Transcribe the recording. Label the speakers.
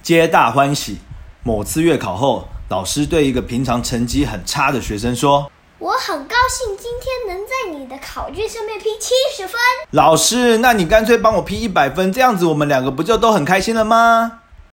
Speaker 1: 皆大欢喜。某次月考后，老师对一个平常成绩很差的学生说
Speaker 2: 我很高兴今天能在你的考卷上面批七十分。：“
Speaker 1: 老师，那你干脆帮我批一百分，这样子我们两个不就都很开心了吗？”